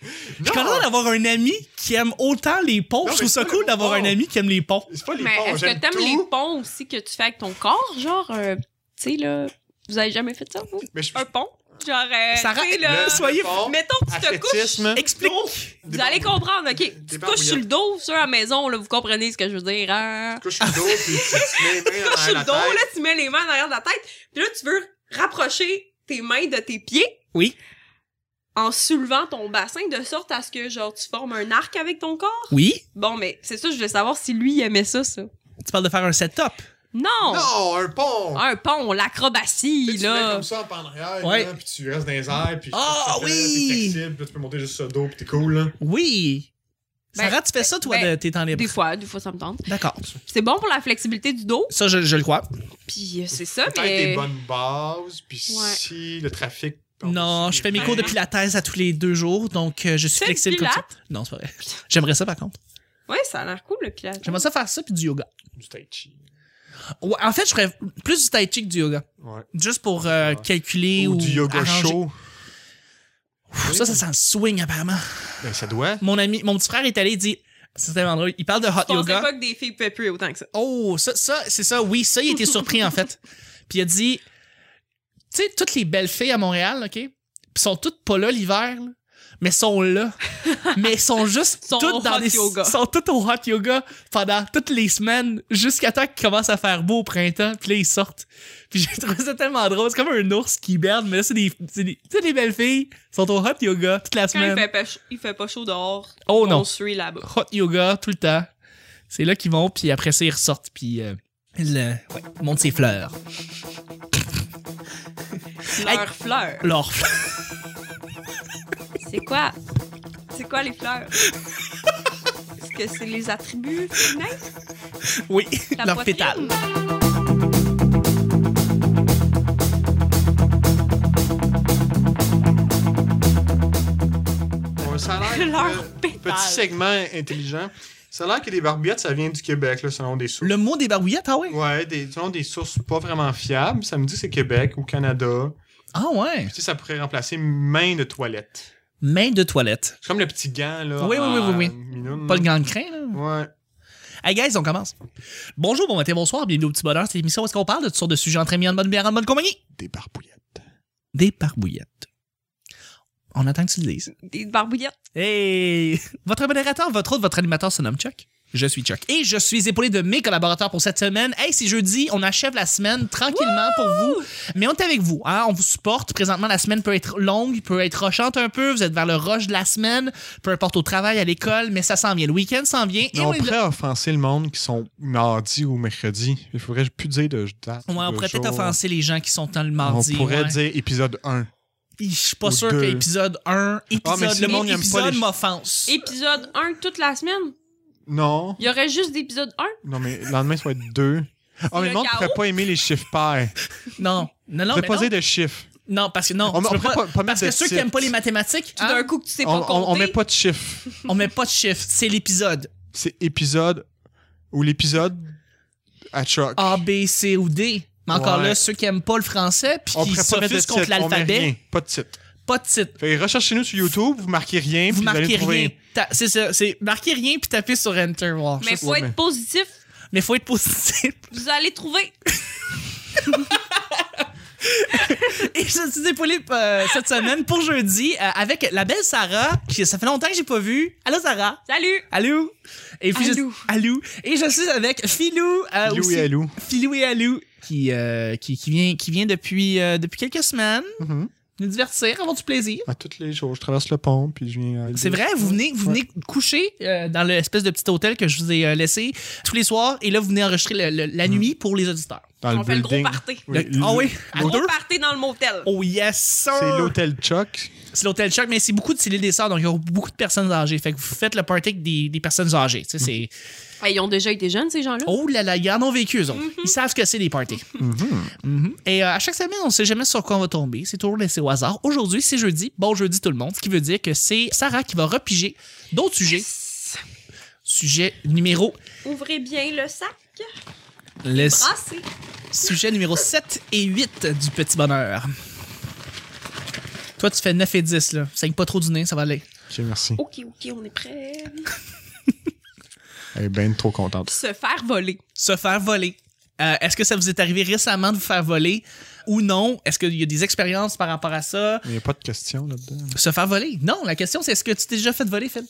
Je suis content d'avoir un ami qui aime autant les ponts. Non, Je mais trouve c'est ça pas cool le d'avoir pont. un ami qui aime les ponts. C'est pas les Mais ponts, est-ce que j'aime t'aimes tout. les ponts aussi que tu fais avec ton corps? Genre, euh, tu sais, là, vous avez jamais fait ça, vous? Mais je- Un pont? Genre, euh, Ça tu sais, ra- là, le- soyez- le pont, mettons que tu te couches, athlétisme, Explique. vous allez comprendre, OK? Tu te Dépend où couches il y a- sur le dos, sur la maison, là, vous comprenez ce que je veux dire, hein? Tu couches le dos, puis tu te mets les Tu mains te couches sur dans le la dos, tête. là, tu mets les mains derrière la tête, puis là, tu veux rapprocher tes mains de tes pieds. Oui. En soulevant ton bassin de sorte à ce que, genre, tu formes un arc avec ton corps. Oui. Bon, mais c'est ça, je voulais savoir si lui il aimait ça, ça. Tu parles de faire un setup. Non! Non, un pont! Un pont, l'acrobatie, Tu sais, tu mets là. comme ça en pan arrière, Ouais. là, puis tu restes dans les airs, puis Ah, tu oui! fais, t'es flexible, puis tu peux monter juste sur le dos, puis t'es cool. Là. Oui. Ben, Sarah, tu fais ça, toi, ben, de tes temps libres. Des fois, des fois, ça me tente. D'accord. C'est bon pour la flexibilité du dos, Ça, je, je le crois. puis euh, c'est ça, Peut-être des mais... bonnes bases, puis Ouais. si le trafic... Non, je fais mes cours de pilates à tous les deux jours, donc euh, je suis Fais du flexible comme ça. Pilates? Non, c'est pas vrai. J'aimerais ça, par contre. Ouais, ça a l'air cool, le pilates. J'aimerais ça faire ça puis du yoga. Du tai chi. Ouais, en fait, je ferais plus du tai chi que du yoga. Ouais. Juste pour euh, Ouais. calculer ou, Ou du yoga arranger. chaud. Pff, Ça, ça sent le swing, apparemment. Ben, ça doit. Mon ami, mon petit frère est allé, il dit... C'est un endroit, il parle de Je hot pensais yoga. pas que des filles pouvaient plus autant que ça. Oh, ça, ça c'est ça, oui, ça, il était surpris en fait. Puis il a dit, tu sais, toutes les belles filles à Montréal, OK, puis sont toutes pas là l'hiver, là, mais sont là. mais sont juste Sont au toutes dans hot des. yoga. sont toutes au hot yoga pendant toutes les semaines jusqu'à temps qu'il commence à faire beau au printemps, puis là, ils sortent. Puis j'ai trouvé ça tellement drôle. C'est comme un ours qui hiberne, mais là, c'est des, c'est des- Toutes les belles filles sont au hot yoga toute la Quand il semaine. fait, pas, ch- il fait pas chaud dehors, Oh non on suit là-bas. hot yoga tout le temps. C'est là qu'ils vont, puis après ça, ils ressortent, puis euh, ils euh, ouais, montent ses fleurs. Leurs fleurs. Leurs fleurs. C'est quoi? C'est quoi les fleurs? Est-ce que c'est les attributs féminins? Oui, La leurs poitrine? pétales. Ouais, ça a l'air... Leurs euh, pétales. Petit segment intelligent. Ça a l'air que les barbiettes, ça vient du Québec, là, selon des sources. Le mot des barbouillettes, ah ouais? Ouais, des, selon des sources pas vraiment fiables. Ça me dit que c'est Québec ou Canada. Ah ouais. Tu sais, ça pourrait remplacer main de toilette. Main de toilette. C'est comme le petit gant, là. Oui, oui, oui, oui, oui. Mm. Pas le gant de crin, là. Ouais. Hey guys, on commence. Bonjour, bon matin, bonsoir, bienvenue au petit bonheur. C'est l'émission où est-ce qu'on parle de toutes sortes de sujets entre amis, en bonne bière, en bonne compagnie. Des barbouillettes. Des barbouillettes. On attend que tu le dises. Des barbouillettes. Hey! Votre modérateur, votre autre, votre animateur se nomme Chuck. Je suis Chuck. Et je suis épaulé de mes collaborateurs pour cette semaine. Hey, c'est jeudi, on achève la semaine tranquillement pour vous. Mais on est avec vous, hein? on vous supporte. Présentement, la semaine peut être longue, peut être rochante un peu. Vous êtes vers le rush de la semaine, peu importe au travail, à l'école, mais ça s'en vient. Le week-end s'en vient. Et Mais on on est là. pourrait offenser le monde qui sont mardi ou mercredi. Il faudrait plus dire de date. Ouais, on de pourrait peut-être jour. offenser les gens qui sont dans le On mardi. pourrait ouais. dire épisode 1. Je suis pas ou sûr deux. Ah, que épisode 1, épisode, mais si le le monde monde aime pas épisode les- m'offense. Épisode 1 toute la semaine. Non. Il y aurait juste d'épisode 1. Non, mais le lendemain, ça va être 2. Ah, mais le le monde chaos. pourrait pas aimer les chiffres pairs. Non, non, non, On pourrait mais pas non. dire de chiffres. Non, parce que non, On- tu on peux pourrait pas- pas mettre parce que de ceux qui titre. aiment pas les mathématiques, Hein? Tout d'un coup que tu sais On, pas on, on compter. met pas de chiffres. on met pas de chiffre, c'est l'épisode C'est épisode ou l'épisode à choc. A B C ou D. Mais encore Ouais. là, ceux qui aiment pas le français puis on qui pourrait pas mettre de s'offusquent contre titre. On met rien. l'alphabet, Pas de titre. pas de titre. Fait que recherchez-nous sur YouTube, vous marquez rien, Vous puis allez marquez trouver. rien. Ta- C'est ça, c'est marquez rien puis tapez sur enter. voir. Mais Ça, faut ouais, être mais- positif. c'est- mais faut être positif. Vous allez trouver. Et je suis épaulé euh, cette semaine pour jeudi euh, avec la belle Sarah, qui ça fait longtemps que j'ai pas vu. Allô Sarah. Salut! Allô. Et puis je- Allô. allô. Et je suis avec Philou. euh, Lou aussi. et Alou. Philou et Alou qui euh, qui, qui vient qui vient depuis euh, depuis quelques semaines Mhm. nous divertir, avoir du plaisir. À tous les jours, je traverse le pont, puis je viens. euh, aider. C'est vrai, vous venez, vous venez coucher euh, dans l'espèce de petit hôtel que je vous ai euh, laissé tous les soirs, et là, vous venez enregistrer le- le- la nuit pour les auditeurs. Dans on le fait le gros building. party. Le- ah oui, à On deux? partait dans le motel. Oh yes, sir! C'est l'hôtel Chuck. C'est l'hôtel Choc, mais c'est beaucoup de c'est l'île des Sœurs, donc il y a beaucoup de personnes âgées. Fait que vous faites le party avec des, des personnes âgées. Tu sais, c'est... Hey, ils ont déjà été jeunes, ces gens-là. Oh là là, ils en ont vécu, eux autres. Ils savent ce que c'est des parties. Mhm. Et euh, à chaque semaine, on sait jamais sur quoi on va tomber. C'est toujours laissé au hasard. Aujourd'hui, c'est jeudi. Bon jeudi tout le monde. Ce qui veut dire que c'est Sarah qui va repiger d'autres sujets. Sujet numéro... Ouvrez bien le sac. Le... Brassez. Sujet numéro 7 et 8 du petit bonheur. Toi, tu fais 9 et 10, là. Saigne pas trop du nez, ça va aller. Ok, merci. Ok, ok, on est prêt. Elle est bien trop contente. Se faire voler. Se faire voler. Euh, Est-ce que ça vous est arrivé récemment de vous faire voler ou non? Est-ce qu'il y a des expériences par rapport à ça? Il n'y a pas de question là-dedans. Se faire voler? Non, la question c'est est-ce que tu t'es déjà fait voler, Phil?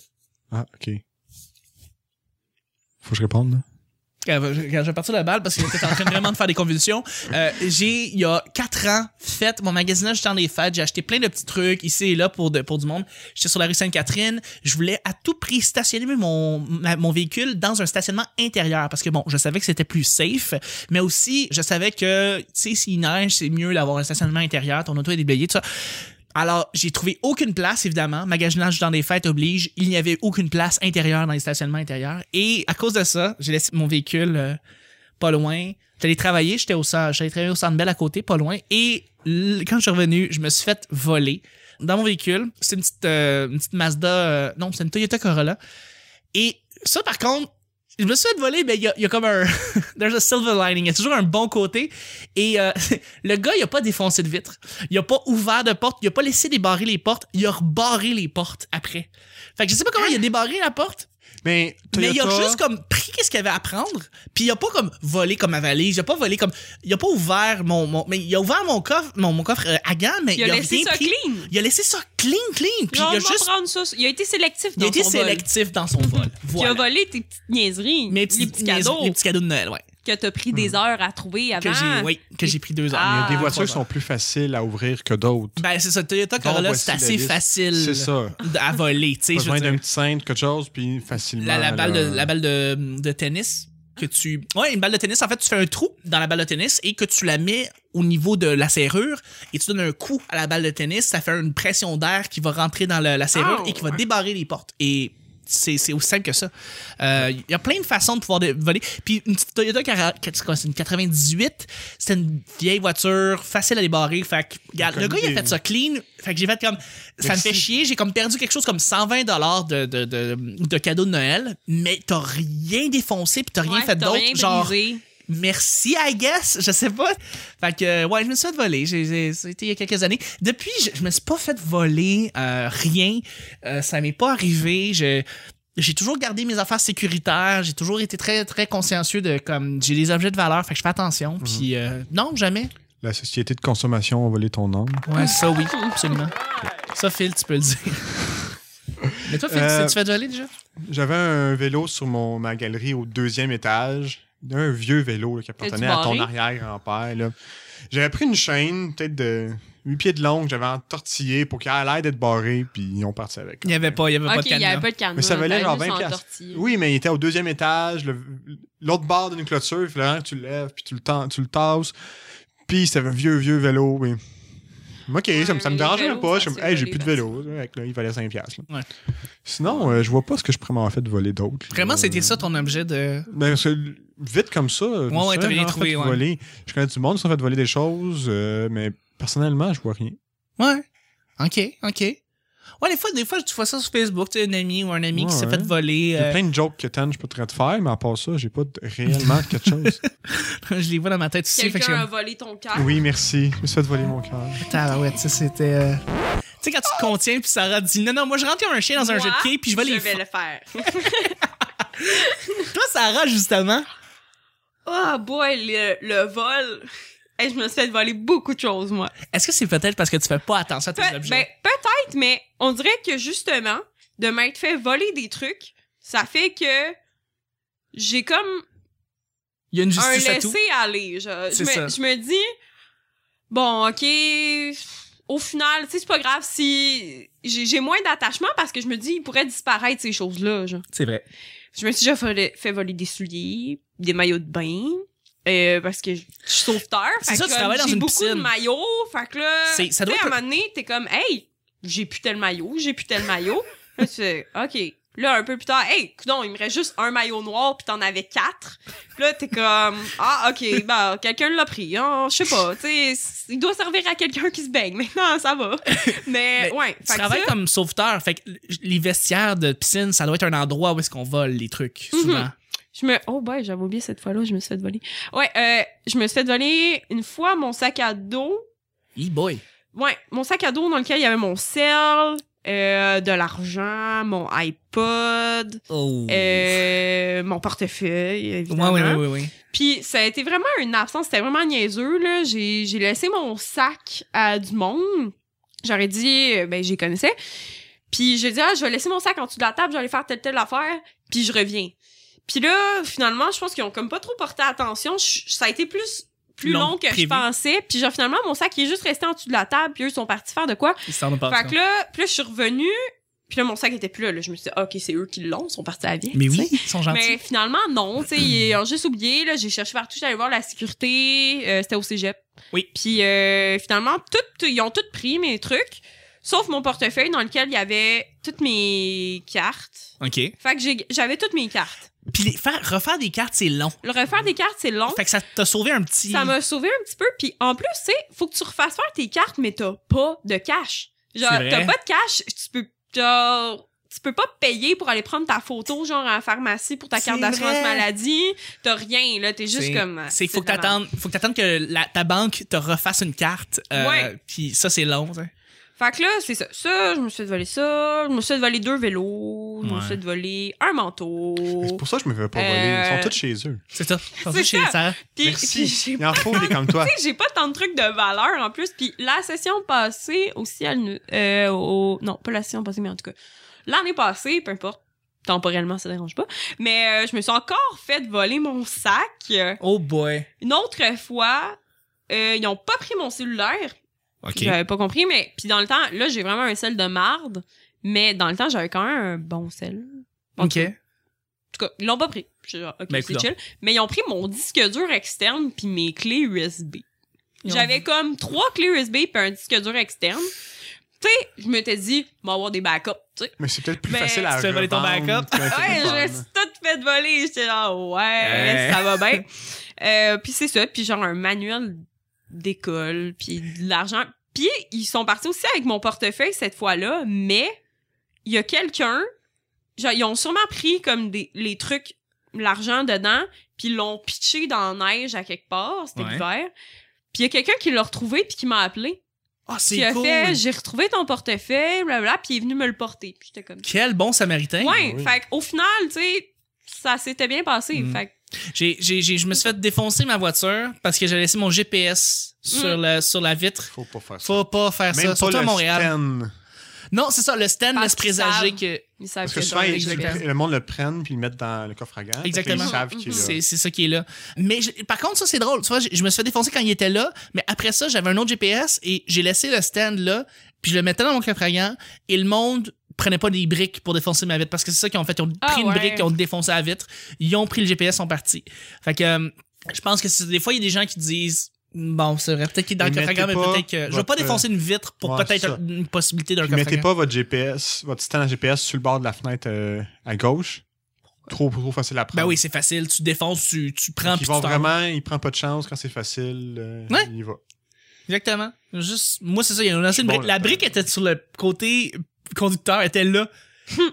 Ah, ok. Faut que je réponde, là. Quand Euh, je quand je vais partir de la balle parce que j'étais en train vraiment de faire des convulsions. Euh, j'ai, il y a quatre ans, fait mon magasinage du temps des fêtes. J'ai acheté plein de petits trucs ici et là pour, de, pour du monde. J'étais sur la rue Sainte-Catherine. Je voulais à tout prix stationner mon, ma- mon véhicule dans un stationnement intérieur parce que bon, je savais que c'était plus safe, mais aussi je savais que, tu sais, s'il neige, c'est mieux d'avoir un stationnement intérieur. Ton auto est déblayée, tout ça. Alors, j'ai trouvé aucune place, évidemment. Magasinage dans des fêtes oblige. Il n'y avait aucune place intérieure dans les stationnements intérieurs. Et à cause de ça, j'ai laissé mon véhicule euh, pas loin. J'allais travailler, j'étais au centre, j'allais travailler au centre Bell à côté, pas loin. Et l- quand je suis revenu, je me suis fait voler dans mon véhicule. C'est une petite, euh, une petite Mazda, euh, non, c'est une Toyota Corolla. Et ça, par contre, je me suis fait voler, mais il y a, il y a comme un, there's a silver lining. Il y a toujours un bon côté. Et euh, le gars, il a pas défoncé de vitre. Il a pas ouvert de porte. Il a pas laissé débarrer les portes. Il a rebarré les portes après. Fait que je sais pas comment il a débarré la porte, Mais, mais il a Toyota- juste comme pris qu'est-ce qu'il avait à prendre. Puis il a pas comme volé comme ma valise. Il a pas volé comme, il a pas ouvert mon, mon mais il a ouvert mon coffre, mon, mon coffre euh, à gants, mais il, Il a, a laissé rien ça pris. clean. Il a laissé ça clean, clean. Puis Genre, il a je vais juste, prendre ça. Il a été sélectif il a dans été son vol. sélectif dans son vol. Qui Voilà. a volé tes petites niaiseries, Mes les petits cadeaux les petits cadeaux de Noël, ouais. que t'as pris des heures à trouver que avant. j'ai oui, que j'ai pris deux heures. Ah. Il y a des Ah, voitures qui sont plus faciles à ouvrir que d'autres. Ben c'est ça, Toyota Bon, Corolla, voici c'est la assez liste. facile C'est ça. à voler, tu sais, je veux Besoin dire. d'un petit cintre, quelque chose, puis facilement. la, euh, la balle, là. de, la balle de, de tennis que tu. Ouais, une balle de tennis. En fait, tu fais un trou dans la balle de tennis et que tu la mets au niveau de la serrure et tu donnes un coup à la balle de tennis. Ça fait une pression d'air qui va rentrer dans la, la serrure Oh, et qui va ouais. débarrer les portes. Et c'est c'est aussi simple que ça. Euh, Il y a plein de façons de pouvoir dé- voler. Puis une petite Toyota Cara- c'est quoi, c'est une 98, c'était une vieille voiture, facile à débarrer. Fait que, regarde, le gars, il a Des- fait ça clean. Fait que j'ai fait comme. Ça me Merci. fait chier. J'ai comme perdu quelque chose comme 120 dollars de, de, de, de cadeaux de Noël, mais t'as rien défoncé puis t'as rien Ouais, fait t'as rien d'autre. Genre, brisé. merci, I guess. Je sais pas. Fait que, euh, ouais, je me suis fait voler. J'ai- j'ai- C'était il y a quelques années. Depuis, je, je me suis pas fait voler euh, rien. Euh, ça m'est pas arrivé. Je- J'ai toujours gardé mes affaires sécuritaires. J'ai toujours été très, très consciencieux de comme j'ai des objets de valeur. Fait que je fais attention. Puis, euh, non, jamais. La société de consommation a volé ton âme. Ouais, ça oui, absolument. Ça, Phil, tu peux le dire. Mais toi, Phil, tu Euh, tu fais voler déjà? J'avais un vélo sur mon, ma galerie au deuxième étage. Un vieux vélo là, qui appartenait à ton barré? arrière-grand-père. là. J'avais pris une chaîne, peut-être de 8 pieds de long, que j'avais entortillé pour qu'elle ait l'air d'être barrée, puis ils ont parti avec. Il n'y avait pas, il y avait pas Ok, de il y cadenas. avait pas de cadenas. Mais ça valait t'avais genre juste 20 un piastres. tortillé. Oui, mais il était au deuxième étage, le- l'autre barre d'une clôture, il fallait vraiment que tu le lèves, puis tu le, ten- tu le tasses. Puis c'était un vieux, vieux vélo. mais- Ok, ça, me- ça me les dérangeait même vélos, pas. ça Je me- se fait hey, j'ai voler plus de vélo. Fait que là, il valait 5$. piastres, là. Ouais. Sinon, euh, je vois pas ce que je pourrais m'en fait de voler d'autres. Vraiment, là. c'était ça ton objet de. Ben, parce que vite comme ça, je me ouais, suis t'as rien vraiment trouvé, fait ouais. voler. Je connais du monde qui se sont fait voler des choses, euh, mais personnellement, je vois rien. Ouais. OK, OK. Ouais, des fois, des fois, tu vois ça sur Facebook, tu sais, une amie ou un ami qui Ouais, s'est ouais. fait voler. Il y euh, a plein de jokes que Tan, je peux te faire, mais à part ça, j'ai pas de- réellement quelque chose. euh, je les vois dans ma tête aussi. Fait que je suis Quelqu'un a comme, volé ton cœur. Ah. oui, merci. Je me suis fait voler mon cœur. Tabarouette, ça, c'était. euh, Tu sais, quand tu te contiens, puis Sarah dit Non, non, moi, je rentre comme un chien dans un Moi, jeu de quai, puis je vais les. Je vais Toi, le faire. Sarah, justement. Oh boy, le, le vol. Hey, je me suis fait voler beaucoup de choses, moi. Est-ce que c'est peut-être parce que tu fais pas attention à tes Pe- ben, objets? peut-être, mais on dirait que justement, de m'être fait voler des trucs, ça fait que j'ai comme Il y a une un justice à tout. laisser-aller. Je, je C'est ça. me, je me dis, bon, OK, au final, tu sais, c'est pas grave si j'ai j'ai moins d'attachement parce que je me dis, il pourrait disparaître ces choses-là. genre. C'est vrai. Je me suis déjà fait, fait voler des souliers, des maillots de bain. euh, parce que je je suis sauveteur. C'est fait ça, que tu comme travailles dans j'ai une beaucoup de piscine. maillots. Fait que là, C'est- ça tu doit sais, être- à un moment donné, t'es comme, hey, j'ai plus tel maillot, j'ai plus tel maillot. là, tu fais, OK. Là, un peu plus tard, hey, non, il me reste juste un maillot noir, puis t'en avais quatre. Puis là, t'es comme, ah, OK, bah, quelqu'un l'a pris. hein, je sais pas, tu sais, c- il doit servir à quelqu'un qui se baigne. Maintenant, ça va. Mais, Mais ouais. Tu fait que travailles ça- comme sauveteur, fait que les vestiaires de piscine, ça doit être un endroit où est-ce qu'on vole les trucs, Mm-hmm. souvent. Je me. Oh, ben, j'avais oublié cette fois-là, je me suis fait voler. Ouais, euh, je me suis fait voler une fois mon sac à dos. E boy. Ouais, mon sac à dos dans lequel il y avait mon sel, euh, de l'argent, mon iPod, Oh. euh, mon portefeuille, ouais, évidemment. ouais, ouais, ouais, ouais. Puis ça a été vraiment une absence, c'était vraiment niaiseux, là. J'ai, j'ai laissé mon sac à du monde. J'aurais dit, euh, ben, j'y connaissais. Puis j'ai dit, ah, je vais laisser mon sac en dessous de la table, je vais aller faire telle, telle affaire, puis je reviens. Puis là, finalement, je pense qu'ils ont comme pas trop porté attention. Je- ça a été plus, plus Long long que que prévu. je pensais. Puis genre, finalement, mon sac il est juste resté en dessous de la table, puis eux sont partis faire de quoi. Il s'en a pas Fait que là, puis là, je suis revenue, puis là, mon sac était plus là. là. Je me suis dit, ah, OK, c'est eux qui l'ont, ils sont partis à la vie. Mais oui, ils sont gentils. Mais finalement, non. Tu sais, ils ont juste oublié. Là, j'ai cherché partout. J'allais voir la sécurité. euh, c'était au cégep. Oui. Puis euh, finalement, tout, ils ont tout pris mes trucs, sauf mon portefeuille dans lequel il y avait toutes mes cartes. OK. Fait que j'ai- j'avais toutes mes cartes. Puis les- faire- refaire des cartes, c'est long. Le refaire des cartes, c'est long. Fait que ça t'a sauvé un petit. Ça m'a sauvé un petit peu. Puis en plus, tu sais, faut que tu refasses faire tes cartes, mais t'as pas de cash. Genre, C'est vrai. t'as pas de cash. Tu peux, genre, tu peux pas payer pour aller prendre ta photo, genre, à la pharmacie pour ta C'est carte d'assurance vrai. maladie. T'as rien, là. T'es juste C'est- comme. C'est faut que de la merde. t'attendes, faut que t'attendes que la- ta banque te refasse une carte. euh, Ouais. Puis ça c'est long. ça. Fait que là, c'est ça. Ça, je me suis fait voler ça. Je me suis fait voler deux vélos. Je me Ouais. suis fait voler un manteau. Oh. C'est pour ça que je me fais pas Euh, voler. Ils sont tous chez eux. C'est ça. Comme ça, C'est chez ça. les sœurs. Puis- puis Merci. j'ai Il en faut des comme toi. Tu sais, j'ai pas tant de trucs de valeur en plus. Puis la session passée aussi, elle nous- euh, au- non, pas la session passée, mais en tout cas, l'année passée, peu importe, temporellement, ça dérange pas. Mais euh, je me suis encore fait voler mon sac. Euh, Oh boy. Une autre fois, euh, ils ont pas pris mon cellulaire. Ok. J'avais pas compris, mais puis dans le temps, là, j'ai vraiment un sel de marde. Mais dans le temps, j'avais quand même un bon sel. En Ok. tout cas, en tout cas, ils l'ont pas pris. Je suis genre, ok, Ben, c'est coudonc. chill. Mais ils ont pris mon disque dur externe puis mes clés USB. Ils ont- J'avais comme trois clés USB puis un disque dur externe. Tu sais, je m'étais dit, m'avoir des backups, tu sais. Mais c'est peut-être plus Mais- facile à Tu fais voler ton revendre backup. qu'un Ouais, je téléphone. me hein. suis toute fait voler. J'étais là, ouais, Hey. ça va bien. Euh, puis c'est ça. Puis genre un manuel d'école, puis de l'argent. Puis ils sont partis aussi avec mon portefeuille cette fois-là, mais il y a quelqu'un... Genre, ils ont sûrement pris comme des, les trucs, l'argent dedans, puis ils l'ont pitché dans la neige à quelque part. C'était Ouais. l'hiver. Puis il y a quelqu'un qui l'a retrouvé puis qui m'a appelé. Ah Puis il c'est a cool. fait, j'ai retrouvé ton portefeuille, blablabla, puis il est venu me le porter. Puis j'étais comme. Quel bon Samaritain. Ouais, oui. fait qu'au final, tu sais, ça s'était bien passé. Mm. Fait que J'ai, j'ai, j'ai- je me suis fait défoncer ma voiture parce que j'ai laissé mon GPS sur la sur la vitre. Faut pas faire ça. Faut pas faire Mm. Même ça, pas surtout à le Montréal. stand. Non, c'est ça, le stand Parce laisse qu'ils présager savent. que ils savent Parce que que souvent, j'ai ils- exactement. un GPS. le monde le prenne puis ils le mettent dans le coffre à gants. Fait que Exactement. Ils savent qu'il C'est, est là. c'est ça qui est là. Mais je- par contre, ça, c'est drôle. Tu vois, je, je me suis fait défoncer quand il était là, mais après ça, j'avais un autre GPS et j'ai laissé le stand là, puis je le mettais dans mon coffre à gants et le monde prenait pas des briques pour défoncer ma vitre parce que c'est ça qu'ils ont fait. Ils ont Ah pris une ouais. brique, ils ont défoncé la vitre, ils ont pris le GPS, ils sont partis. Fait que euh, je pense que c'est- des fois, il y a des gens qui disent. Bon, c'est vrai. Peut-être qu'il est dans le Mais coffre à gants, mais mettez pas peut-être que. Je vais pas votre- euh, défoncer une vitre pour Ouais, peut-être c'est ça. une possibilité d'un Puis coffre à mettez gants. pas votre GPS, votre stand à GPS sur le bord de la fenêtre euh, à gauche. Trop, trop facile à prendre. Ben oui, c'est facile. Tu défonces, tu, tu prends, Ils puis tu vont t'en vas. vraiment, il prend pas de chance quand c'est facile. euh, Ouais. Il y va. Exactement. Juste, moi, c'est ça. Ils ont lancé une Bon, brique. La là, brique était sur le côté conducteur, était là.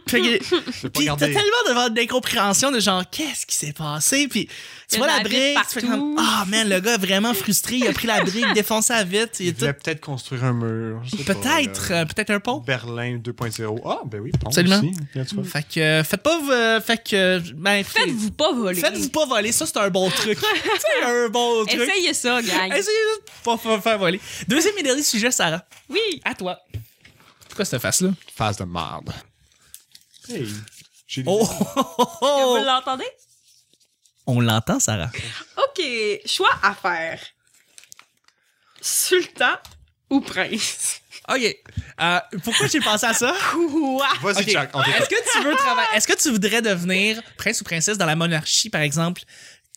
Fait que- C'est pas Puis t'as gardé. tellement de- d'incompréhension de genre, qu'est-ce qui s'est passé? Puis tu Il y vois a de la la brique, vitre tu fais comme, partout. ah man, le gars est vraiment frustré. Il a pris la brique, défoncé la vitre. Il Il est tout- voulait peut-être construire un mur. je sais pas, Peut-être, là. euh, peut-être un pont. Berlin 2.0. Ah, ben oui, pont Absolument. aussi. Regarde, tu vois. Fait que, euh, faites pas, euh, fait que, euh, ben, écoutez, Faites-vous pas voler. faites-vous pas voler. Ça, c'est un bon truc. c'est un bon truc. Essayez ça, gang. Essayez juste de pas pas faire voler. Deuxième et dernier sujet, Sarah. oui. À toi. Pourquoi cette face-là? Phase de merde. Hey. J'ai Oh, Vous l'entendez? On l'entend, Sarah. OK. Choix à faire. Sultan ou prince? OK. Euh, pourquoi j'ai pensé à ça? Quoi? Vas-y, Ok. Jack. on t'écoute. Est-ce que tu veux travailler? Est-ce que tu voudrais devenir prince ou princesse dans la monarchie, par exemple,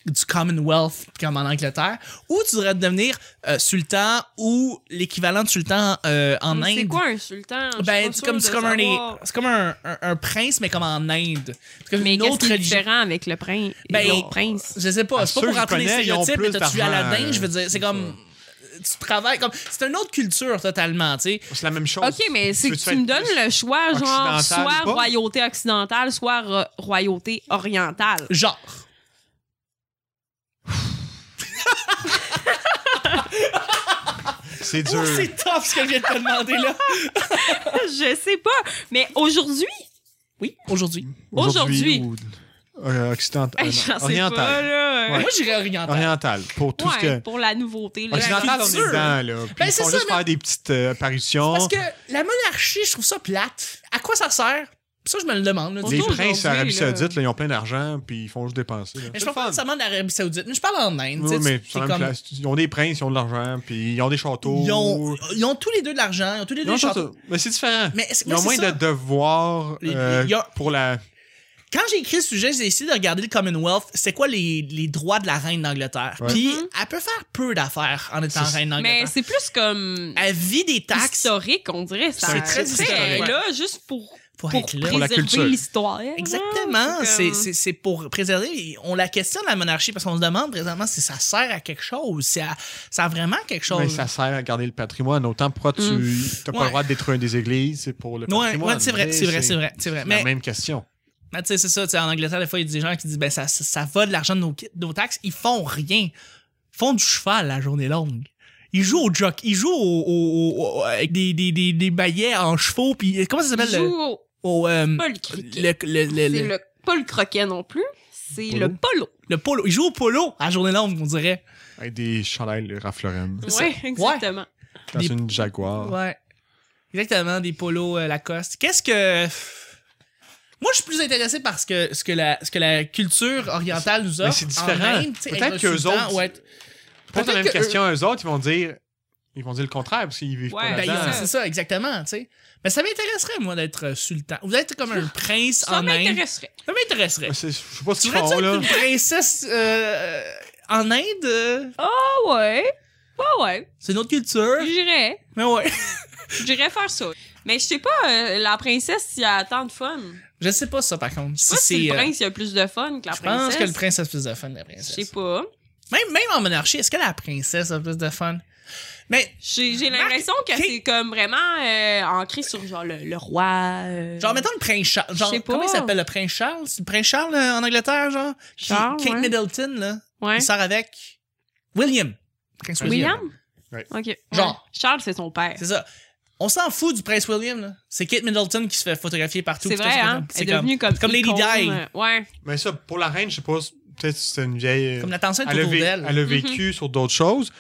du Commonwealth, comme en Angleterre, ou tu voudrais devenir euh, sultan ou l'équivalent de sultan euh, en Inde? C'est quoi un sultan? Je suis Ben, pas c'est comme, sûre c'est de comme, un, savoir. c'est comme un, un- un prince, mais comme en Inde. C'est comme Mais une qu'est-ce autre qui est religion. différent avec le prince? Ben, l'autre prince? Je sais Ah, pas, c'est pas ceux pour que je rentrer les connais, ils ont stéréotypes, mais plus t'as tué d'argent, Aladdin, je veux dire, c'est c'est comme... Tu travailles comme... C'est une autre culture, totalement, tu sais. C'est la même chose. OK, mais c'est que veux-tu tu me être donnes plus le choix, genre, occidental soit ou pas? royauté occidentale, soit ro- royauté orientale. Genre. c'est dur. Oh, c'est top ce que je viens de te demander là. je sais pas. Mais aujourd'hui, Oui, aujourd'hui. Aujourd'hui. ou- euh, occident- euh, j'en sais non, pas, oriental. là. Moi, j'irais oriental. Oriental. Pour tout Ouais, ce que. pour la nouveauté. là. Occidental, on est culture. dedans, là. Puis Ben, ils c'est font ça, juste là. faire des petites euh, apparitions. Parce que la monarchie, je trouve ça plate. À quoi ça sert? Ça, je me le demande. là, On du Les tout. Surtout princes aujourd'hui, Arabie là. Saoudite, là, ils ont plein d'argent, puis ils font juste dépenser. là. Mais C'est je le parle pas fun. nécessairement de l'Arabie Saoudite, mais je parle en Inde. tu sais, Oui, mais c'est c'est la même comme- place. Ils ont des princes, ils ont de l'argent, puis ils ont des châteaux. ils, ont, ils ont tous les deux de l'argent, ils ont tous les Ils deux ont des des châteaux. châteaux. Mais c'est différent. Mais c'est- Ils ouais, ont c'est moins ça. de devoirs Les- euh, il y a- pour la. Quand j'ai écrit ce sujet, j'ai essayé de regarder le Commonwealth, c'est quoi les, les droits de la reine d'Angleterre. Ouais. Puis, Mhm. elle peut faire peu d'affaires en étant C'est- reine Mais d'Angleterre. c'est plus comme Elle vit des taxes historique, on dirait. ça. C'est très Tu sais, historique, elle est ouais. là, juste pour, pour, pour être là. la culture. préserver l'histoire. Exactement. Ouais, C'est Ah comme- c'est- c'est pour préserver. On la questionne, la monarchie, parce qu'on se demande présentement si ça sert à quelque chose, si à- ça a vraiment quelque Mais chose. Ben, Mm. ça sert à garder le patrimoine. Autant pourquoi tu n'as pas Ouais. le droit de détruire des églises, c'est pour le Ouais, patrimoine. ouais, c'est vrai, Mais c'est vrai, c'est vrai, c'est vrai. La Mais, même question. mais Ben, tu sais, c'est ça, tu sais, en Angleterre, des fois, il y a des gens qui disent, ben, ça, ça, ça va de l'argent de nos, qui- de nos taxes, ils font rien. Ils font du cheval la journée longue. Ils jouent au jock, ils jouent au, au- au- au- avec des, des, des, des baillets en chevaux, puis euh, comment ça s'appelle? le- Joue au- au, euh, pas le cricket. le, le, le, C'est le- le pas le croquet non plus, c'est Polo. le polo. le polo. Ils jouent au polo à journée longue, on dirait. Avec des chandails de Ralph Lauren, Ça- Ouais, exactement. dans Des- une Jaguar. Ouais. Exactement, des polos euh, Lacoste. Qu'est-ce que. Moi, je suis plus intéressé par ce que, ce que, la, ce que la culture orientale nous offre. Mais c'est différent. en Inde, tu sais, Peut-être être un qu'eux sultan autres- ou être- Pose la Peut-être même euh, que question à eux autres, ils vont dire, ils vont dire le contraire parce qu'ils vivent Ouais. Ben, pas là-dedans. c'est ça, exactement, tu sais. Mais ça m'intéresserait, moi, d'être euh, sultan. Vous êtes comme un prince Ça en Inde. m'intéresserait. Ça m'intéresserait. Mais c'est- Je sais pas ce Tu qu'ils voudrais font, là. être une princesse euh, en Inde? euh, Ah ouais. Ah ouais. C'est une autre culture. J'irais. Mais ouais. J'irais faire ça. Mais je sais pas, euh, la princesse, s'il y a tant de fun. Je sais pas ça, par contre. Je Si sais pas si c'est, le euh, prince, il y a plus de fun que la je pense princesse. que le prince a plus de fun que la Je princesse. sais pas. Même, même en monarchie, est-ce que la princesse a plus de fun? Mais, J'ai j'ai Marc- l'impression que Qui- c'est comme vraiment euh, ancré sur genre le, le roi. euh, genre, mettons le prince Charles. Genre, Je sais pas. comment il s'appelle le prince Charles? C'est le prince Charles euh, en Angleterre, genre? Puis Charles, Kate ouais. Middleton, là, Ouais. il sort avec William. Prince William. William? Ouais. OK. ouais. Genre. Charles, c'est son père. C'est ça. On s'en fout du prince William, là. C'est Kate Middleton qui se fait photographier partout. C'est puis tout vrai, ça, hein? C'est Elle est comme, devenue comme. comme Lady icône, Di. euh, Ouais. Mais ça, pour la reine, je sais pas, peut-être c'est une vieille. euh, comme l'attention est elle, a autour vé- d'elle. Mm-hmm. elle a vécu sur d'autres choses.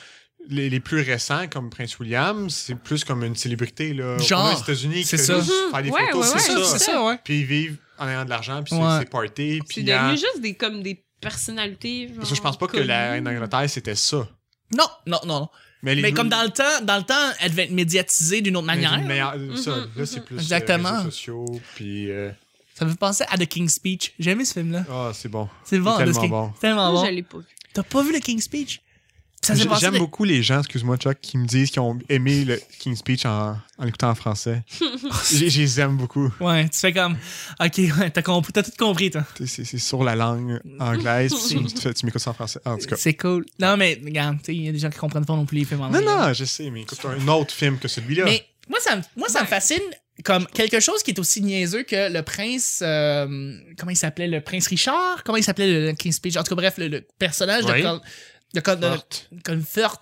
Les, les plus récents, comme Prince William, c'est plus comme une célébrité, là. Genre, On a aux États-Unis, c'est qui fait ça. juste faire des Mhm, ouais, photos, ouais, c'est ouais, ça. c'est ça. ouais. Puis ils vivent en ayant de l'argent, puis Ouais. c'est c'est party, C'est puis. devenu euh, en- juste des, comme des personnalités. Genre, Parce que je pense pas que connues. la reine d'Angleterre, c'était ça. Non, non, non. non. Mais, Mais comme dans le temps, dans le temps, elle devait être médiatisée d'une autre manière. ça, Mhm, là, c'est plus. euh, Exactement. réseaux sociaux, puis. euh, Ça me fait penser à The King's Speech. J'ai aimé ce film-là. Ah, c'est bon. C'est bon, C'est The tellement King- bon. c'est tellement Moi, bon. je l'ai pas vu. T'as pas vu le King's Speech? Ça s'est J- passé J'aime de- beaucoup les gens, excuse-moi, Chuck, qui me disent qu'ils ont aimé le King's Speech en, en l'écoutant en français. J'ai- Je les aime beaucoup. Ouais, tu fais comme. Ok, ouais, t'as compris- t'as tout compris, toi. Tu sais, C'est c'est sur la langue anglaise, puis tu me- tu, fais- tu m'écoutes ça en français. Ah, En tout cas. C'est cool. Non, mais regarde, tu sais, il y a des gens qui comprennent pas non plus les films en Non, anglais. non, je sais, mais écoute un autre film que celui-là. Mais moi, ça, me- moi, ça me Ouais. fascine comme quelque chose qui est aussi niaiseux que le prince. euh, comment il s'appelait Le prince Richard Comment il s'appelait le, le King's Speech En tout cas, bref, le, le personnage Oui. Ah. de, Col- de, Col- de- Forte. Comfort.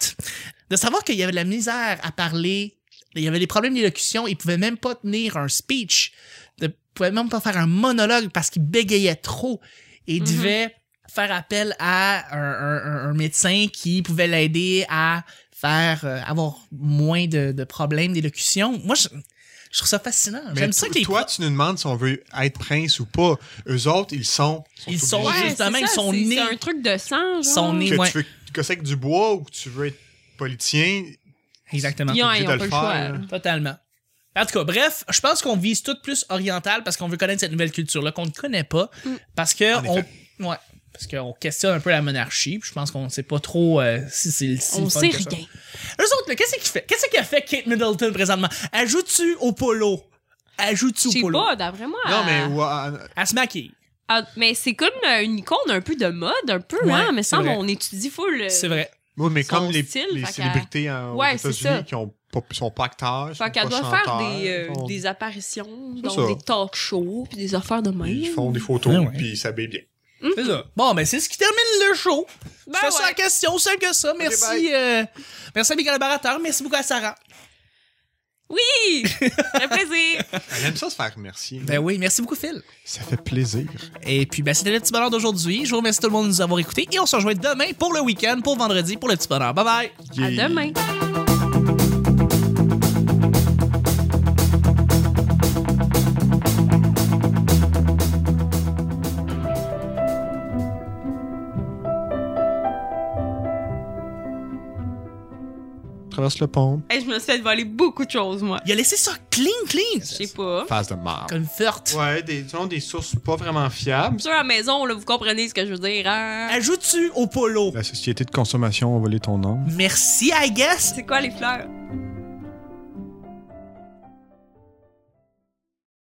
De savoir qu'il y avait de la misère à parler, il y avait des problèmes d'élocution, il pouvait même pas tenir un speech, il pouvait même pas faire un monologue parce qu'il bégayait trop et il Mhm. devait faire appel à un, un- un- un médecin qui pouvait l'aider à faire euh, avoir moins de, de problèmes d'élocution. Moi, je, je trouve ça fascinant. Mais J'aime ça to- que les toi, tu nous demandes si on veut être prince ou pas. Eux autres, ils sont. Ils sont- obligés. Ouais, justement, c'est ils ça, sont c'est- nés- C'est un truc de sang, genre. sont nés- Que ouais. tu veux casser avec du bois ou que tu veux être politicien, exactement. Ils ont, obligés ils de ont pas le le faire, choix. là. là. Totalement. En tout cas, bref, je pense qu'on vise tout plus oriental parce qu'on veut connaître cette nouvelle culture-là qu'on ne connaît pas. Mm. Parce que En on, ouais, parce qu'on questionne un peu la monarchie. Puis je pense qu'on ne sait pas trop euh, si c'est si On le fun sait que ça. rien. Eux autres, là, qu'est-ce qu'ils fait? Qu'est-ce qu'a fait Kate Middleton présentement? Elle joue-tu au polo? Elle joue-tu Je au sais polo? pas, d'après moi. Ah. Non, mais. euh, ouais, euh, Elle se maquille. ah, mais c'est comme euh, une icône un peu de mode, un peu, Ouais, hein? Mais c'est semble, vrai. on étudie full. euh, C'est vrai. Oui, mais Son comme les, style, les fait qu'elle- célébrités en, Ouais, aux c'est ça. États-Unis qui ont pas, sont pas acteurs, sont Fait qu'elle pas doit faire chanteurs, des, euh, font- des apparitions, C'est dans ça. des talk shows, puis des affaires de même. Ils font des photos, Ouais, ouais. puis ils s'habillent bien. C'est ça. Bon, ben, c'est ce qui termine le show. Ben c'est ça ouais. la question, simple que ça. Merci, bye. euh, merci à mes collaborateurs. Merci beaucoup à Sarah. Oui! Le plaisir! Elle aime ça se faire remercier. Ben oui, merci beaucoup, Phil. Ça fait plaisir. Et puis, ben, c'était le petit bonheur d'aujourd'hui. Je vous remercie tout le monde de nous avoir écoutés et on se rejoint demain pour le week-end, pour vendredi, pour le petit bonheur. Bye bye. À Yeah. demain! Traverse le pont. Hey, je me suis fait voler beaucoup de choses, moi. Il a laissé ça clean, clean. Je sais pas. Phase de mort. Comme forte. Ouais, des, selon des sources pas vraiment fiables. Sur la maison, là, vous comprenez ce que je veux dire. hein? Ajoutes-tu au polo? La société de consommation a volé ton nom. Merci, I guess. C'est quoi les fleurs?